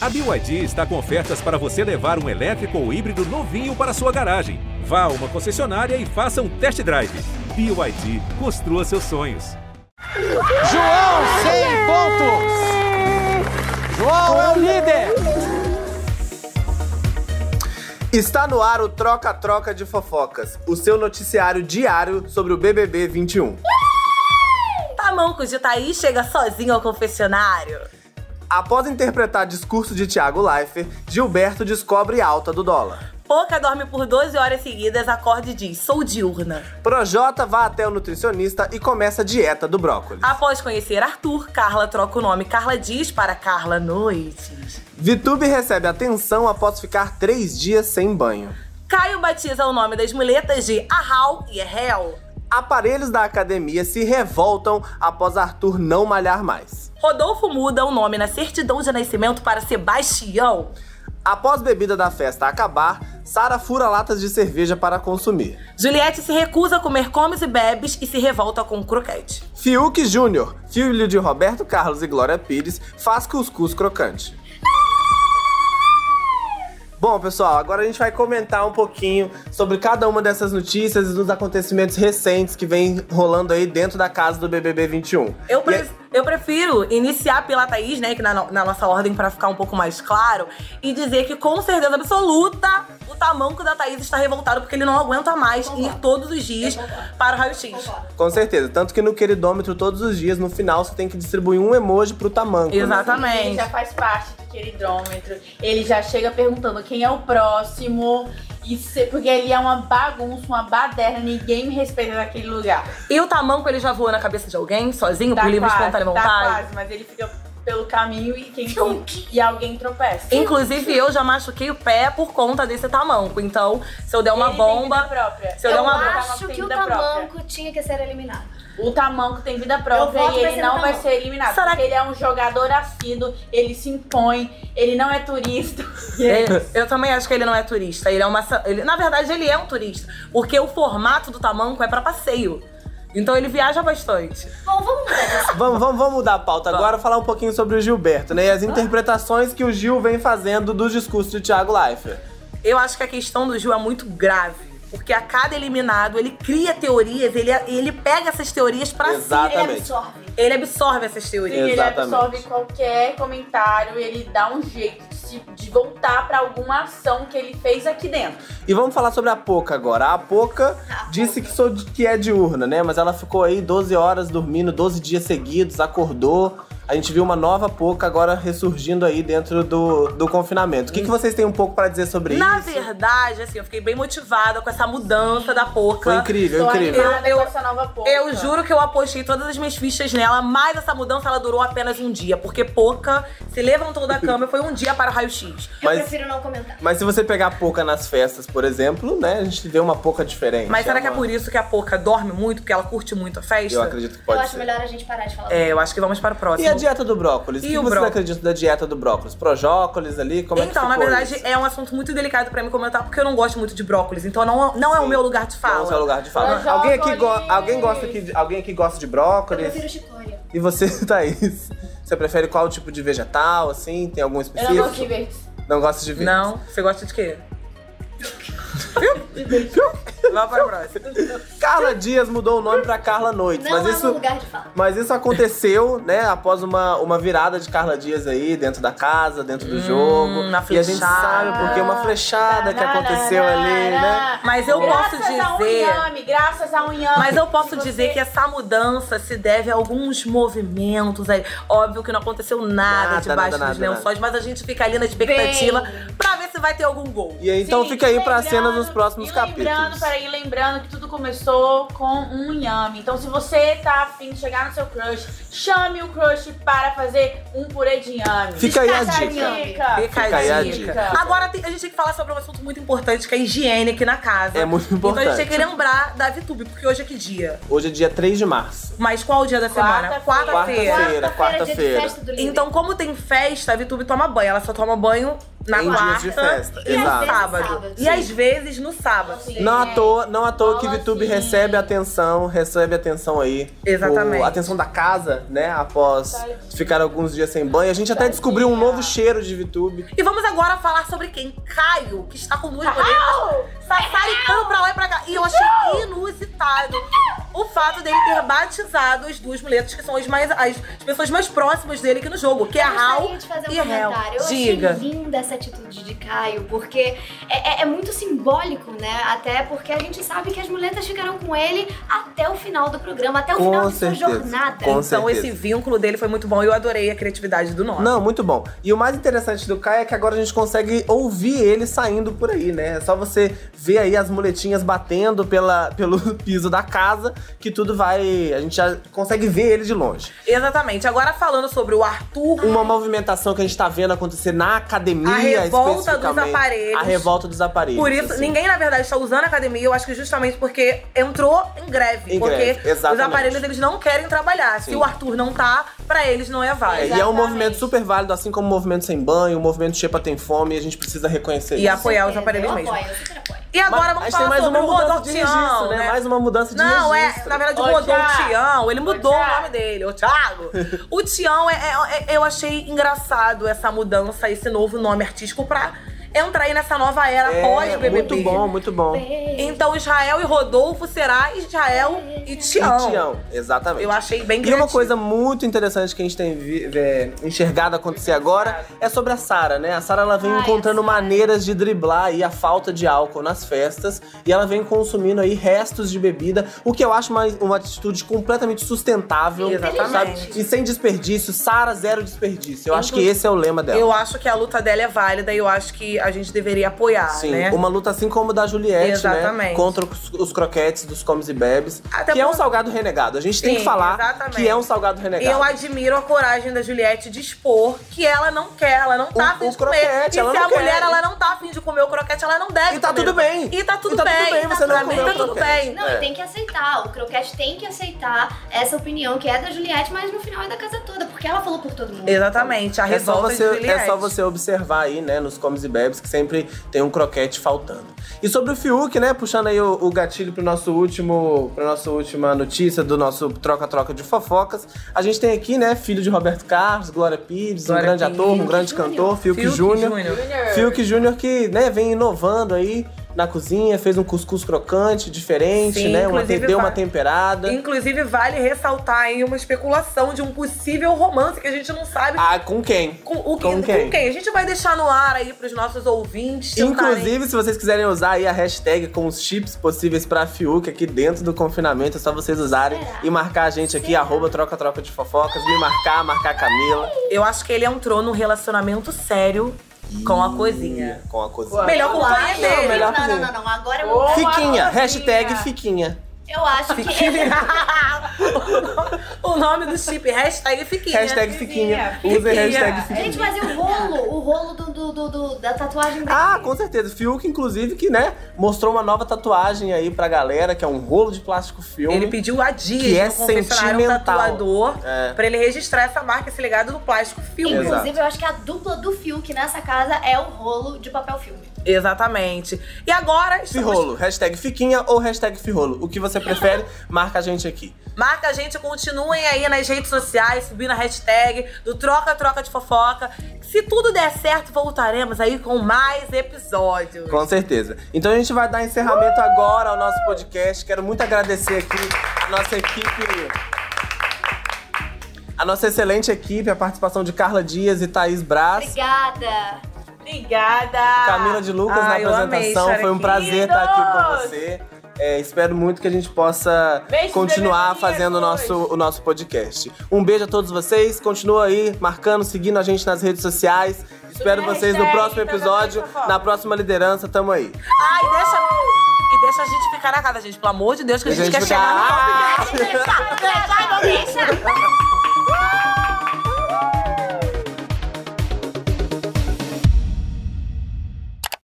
A BYD está com ofertas para você levar um elétrico ou híbrido novinho para sua garagem. Vá a uma concessionária e faça um test drive. BYD, construa seus sonhos. João, 100 pontos! João é o líder! Está no ar o Troca-Troca de Fofocas, o seu noticiário diário sobre o BBB 21. Tamancos de Thaís tá chega sozinho ao confessionário. Após interpretar discurso de Tiago Leifert, Gilberto descobre alta do dólar. Poca dorme por 12 horas seguidas, acorda e diz: sou diurna. Projota vai até o nutricionista e começa a dieta do brócolis. Após conhecer Arthur, Carla troca o nome Carla Dias para Carla Noites. Vitube recebe atenção após ficar três dias sem banho. Caio batiza o nome das muletas de Arral e Errel. Aparelhos da academia se revoltam após Arthur não malhar mais. Rodolfo muda o nome na certidão de nascimento para Sebastião. Após bebida da festa acabar, Sara fura latas de cerveja para consumir. Juliette se recusa a comer comes e bebes e se revolta com croquete. Fiuk Júnior, filho de Roberto Carlos e Glória Pires, faz cuscuz crocante. Bom, pessoal, agora a gente vai comentar um pouquinho sobre cada uma dessas notícias e dos acontecimentos recentes que vem rolando aí dentro da casa do BBB 21. Eu, pre- E- é, eu prefiro iniciar pela Thaís, né, que na, no- na nossa ordem pra ficar um pouco mais claro, e dizer que com certeza absoluta o tamanco da Thaís está revoltado porque ele não aguenta mais ir todos os dias para o raio-x. Com certeza. Tanto que no queridômetro, todos os dias, no final, você tem que distribuir um emoji pro tamanco. né? Ele Exatamente. já faz parte do queridômetro. Ele já chega perguntando quem é o próximo. E se- porque ele é uma bagunça, uma baderna, ninguém me respeita naquele lugar. E o tamanco ele já voou na cabeça de alguém, sozinho, por livre espontânea tá vontade. quase, mas ele fica pelo caminho e quem e alguém tropeça. Inclusive, eu já machuquei o pé por conta desse tamanco. Então, se eu der uma Ele tem vida bomba. própria. se eu der uma bomba- tamanco acho tem que o vida própria. tamanco tinha que ser eliminado. O Tamanco tem vida Eu própria e voto, vai ele ser no não vai Tamanco. ser eliminado. Será Porque ele é um jogador assíduo, ele se impõe, ele não é turista. E é Ele- eu também acho que ele não é turista. Ele é uma. sa- ele- na verdade, ele é um turista. Porque o formato do tamanco é pra passeio. Então ele viaja bastante. Bom, vamos mudar disso. Vamos, vamos, vamos mudar a pauta agora, falar um pouquinho sobre o Gilberto, né? E as interpretações que o Gil vem fazendo do discurso de Thiago Leifert. Eu acho que a questão do Gil é muito grave. Porque a cada eliminado, ele cria teorias, ele, é, ele pega essas teorias pra si. Exatamente. Ele absorve. Ele absorve essas Sim, teorias. ele Exatamente. absorve qualquer comentário, ele dá um jeito de, se- de voltar pra alguma ação que ele fez aqui dentro. E vamos falar sobre a Poca agora. A Poca Ah, tá. disse que, sou, que é diurna, né? Mas ela ficou aí 12 horas dormindo, 12 dias seguidos, acordou. A gente viu uma nova Poca agora ressurgindo aí dentro do, do confinamento. O que, que vocês têm um pouco pra dizer sobre Na isso? verdade, assim, eu fiquei bem motivada com essa mudança da Foi Poca. incrível, Tô incrível. animada Eu- com eu- essa nova porta. Eu juro que eu apostei todas as minhas fichas nela, mas essa mudança ela durou apenas um dia, porque Poca se levantou da cama e foi um dia para o raio-x. Eu Mas- prefiro não comentar. Mas se você pegar a Poca nas festas, por exemplo, né? A gente vê uma Poca diferente. Mas será que é uma- por isso que a Poca dorme muito, porque ela curte muito a festa? Eu acredito que eu pode acho ser. melhor a gente parar de falar. É, eu acho que vamos para o próximo. E a dieta do brócolis? E o que o vocês brócolis? acreditam da dieta do brócolis? Projócolis ali? Como é que então, na ficou verdade, isso? é um assunto muito delicado pra mim comentar, porque eu não gosto muito de brócolis, então não, não é o meu lugar de fala. Qual é o seu lugar de fala? Projócolis! Alguém aqui, go alguém, gosta aqui de- alguém aqui gosta de Eu brócolis? prefiro chicória. E você, Thaís? Você prefere qual tipo de vegetal, assim? Tem algum Eu específico? não gosto de verdes. Não gosta de verdes? Não? Você gosta de quê? Vamos para o próximo. Carla Dias mudou o nome pra Carla Noites, Não mas é isso... um lugar de fala. Mas isso aconteceu, né, após uma, uma virada de Carla Dias aí, dentro da casa, dentro do jogo. uma E a gente flechada. sabe porque é uma flechada que aconteceu ali, né? Mas eu posso graças Graças a um dizer- inhame, graças a um inhame. Mas eu posso Se você- dizer que essa mudança se deve a alguns movimentos aí. Óbvio que não aconteceu nada, Nada, debaixo nada, dos nada, lençóis, mas a gente fica ali na expectativa pra ver se vai ter algum gol. E aí, então Sim, fica aí pra lembrando- cena dos próximos e capítulos. Lembrando, peraí, lembrando que tudo começou com um inhame. Então, se você tá afim de chegar no seu crush, chame o crush para fazer um purê de inhame. Fica aí a Descascar o dica. inhame. Fica Fica aí a a dica. Ah, dica. Agora tem- a gente tem que falar sobre um assunto muito importante, que é a higiene aqui na casa. É muito Então a importante. gente tem que lembrar da VTube, porque hoje é que dia? Hoje é dia 3 de março. Mas qual o dia da semana? Quarta-feira. Quarta-feira. Quarta-feira, Quarta-feira, dia é de quarta-feira. festa do livro. Então, como tem festa, a VTube toma banho. Ela só toma banho na Em quarta dias de festa, e no exato. sábado. Sábado, E sim. às vezes no sábado. Sim. Não à toa, não à toa que Fala VTube assim. recebe atenção, recebe atenção aí. Exatamente. O- a atenção da casa, né? Após ficar alguns dias sem banho. A gente até descobriu um novo cheiro de VTube. E vamos agora falar sobre quem? Caio, que está com duas boletas sassaricando pra lá e pra cá. E eu achei inusitado o fato dele ter batizado as duas muletas, que são as, mais, as, as pessoas mais próximas dele aqui no jogo, que é Eu Raul gostaria de fazer um e Hel. comentário. Eu Diga. achei linda essa atitude de Caio, porque é, é- é muito simbólico, né? Até porque a gente sabe que as muletas ficarão com ele até o final do programa, até o Com final de sua certeza. jornada. Com Então certeza. esse vínculo dele foi muito bom. Eu adorei a criatividade do nome. Não, muito bom. E o mais interessante do Kai é que agora a gente consegue ouvir ele saindo por aí, né? É só você ver aí as muletinhas batendo pela, pelo piso da casa, que tudo vai. A gente já consegue ver ele de longe. Exatamente. Agora falando sobre o Arthur. Uma movimentação que a gente tá vendo acontecer na academia. A revolta dos especificamente. aparelhos. A revolta dos aparelhos. Por isso, assim. ninguém, na verdade, está usando a academia, eu acho que justamente porque entrou em greve. Em porque greve, os exatamente. aparelhos eles não querem trabalhar. Se Sim. o Arthur não tá, pra eles não é É, vaga. e é um Exatamente. movimento super válido, assim como o movimento sem banho, o movimento Xepa tem fome, e a gente precisa reconhecer E isso. apoiar os Entendeu? aparelhos eu mesmo. Apoio, eu super apoio. E agora vamos Mas falar tem mais sobre uma o mudança de Rodoltião, registro, né? Mais uma mudança de Não, é, registro. na verdade, o Ô, Rodoltião, Thiago. ele Ô, mudou o Thiago. nome dele, o Thiago. o Tião, é, é- é- eu achei engraçado essa mudança, esse novo nome artístico pra entrar aí nessa nova era É, pós-BBB. muito bom, muito bom. Então, Israel e Rodolfo será Israel e E Tião, exatamente. Eu achei bem E uma criativo. coisa muito interessante que a gente tem vi- é, enxergado acontecer agora é sobre a Sara, né? A Sara ela vem Ah, é Ai, encontrando a Sara. maneiras de driblar aí a falta de álcool nas festas e ela vem consumindo aí restos de bebida, o que eu acho uma, uma atitude completamente sustentável, Exatamente. sabe? E sem desperdício, Sara zero desperdício. Eu acho que Inclusive, esse é o lema dela. Eu acho que a luta dela é válida e eu acho que a gente deveria apoiar, Sim, né? uma luta assim como a da Juliette, Exatamente. né? Contra os, os croquetes dos comes e bebes. Até que é um por- salgado renegado. A gente tem Sim, que falar exatamente. que é um salgado E renegado. Eu admiro a coragem da Juliette de expor que ela não quer, ela não tá O- afim o de comer. croquete, e ela se não a mulher quer. ela não tá afim de comer o croquete, ela não deve E tá comer tudo o bem. croquete. E tá tudo E tá tudo bem. bem você não pra mim comer É. tá o tudo croquete. bem. Não, e tem que aceitar. O Croquete tem que aceitar essa opinião que é da Juliette, mas no final é da casa toda, porque ela falou por todo mundo. Exatamente, a É só, revolta você, de Juliette. é só você observar aí, né, nos comes e bebes, que sempre tem um croquete faltando. E sobre o Fiuk, né, puxando aí o, o gatilho pro nosso último, pra nossa última notícia do nosso troca-troca de fofocas, a gente tem aqui, né, filho de Roberto Carlos, Glória Pires, um Glória grande Pires. ator, um grande Júnior. cantor, Fiuk, Fiuk Júnior. Júnior. Fiuk Júnior que, né, vem inovando aí na cozinha, fez um cuscuz crocante, diferente, Sim, né, uma, inclusive deu uma vai- temperada. Inclusive, vale ressaltar aí uma especulação de um possível romance que a gente não sabe Ah, com quem? com, o que- com quem? com quem. A gente vai deixar no ar aí pros nossos ouvintes. tentarem- Inclusive, se vocês quiserem usar aí a hashtag com os chips possíveis pra Fiuk aqui dentro do confinamento, é só vocês usarem Será? e marcar a gente aqui, Será? arroba troca troca de fofocas, me marcar, marcar a Camila Eu acho que ele é entrou num um relacionamento sério com a coisinha. com a cozinha. Melhor companhia Ai, dele. não, melhor assim. não, não, cozinha. não, não. Agora eu Ô, vou. Fiquinha, Uma hashtag cozinha. fiquinha. Eu acho que. o nome do chip, hashtag fiquinha. Hashtag fiquinha. Fiquinha. Usem Fiquinha. hashtag fiquinha. Gente, mas e o rolo? O rolo do, do- do- do- da tatuagem dele? Ah, com certeza. Fiuk, inclusive, que, né, mostrou uma nova tatuagem aí pra galera, que é um rolo de plástico filme. Ele pediu a Que é Disney, confessionário um sentimental. tatuador, É. pra ele registrar essa marca, esse legado do plástico filme. Inclusive, Exato. eu acho que a dupla do Fiuk nessa casa é o rolo de papel filme. Exatamente. E agora, estamos- Firrolo, hashtag fiquinha ou hashtag firrolo. O que você prefere, marca a gente aqui. marca a gente, continuem aí nas redes sociais, subindo a hashtag do Troca Troca de Fofoca. Se tudo der certo, voltaremos aí com mais episódios. Com certeza. Então a gente vai dar encerramento agora ao nosso podcast. Quero muito agradecer aqui a nossa equipe. A nossa excelente equipe, a participação de Carla Dias e Thaís Braz. Obrigada! Obrigada! Camila de Lucas Ah, eu na amei apresentação. estar Foi um aqui. prazer estar aqui com Queridos! você. É, espero muito que a gente possa Beijo, continuar bebezinhas, fazendo o nosso, hoje. o nosso podcast. Um beijo a todos vocês. Continua aí marcando, seguindo a gente nas redes sociais. Espero a vocês no hashtag, próximo tá na episódio, nossa foto. na próxima liderança. Tamo aí. Ai, deixa. E deixa a gente ficar na casa, gente. Pelo amor de Deus, que a gente, quer chegar no fica- top. Ah! Deixa, deixa, deixa.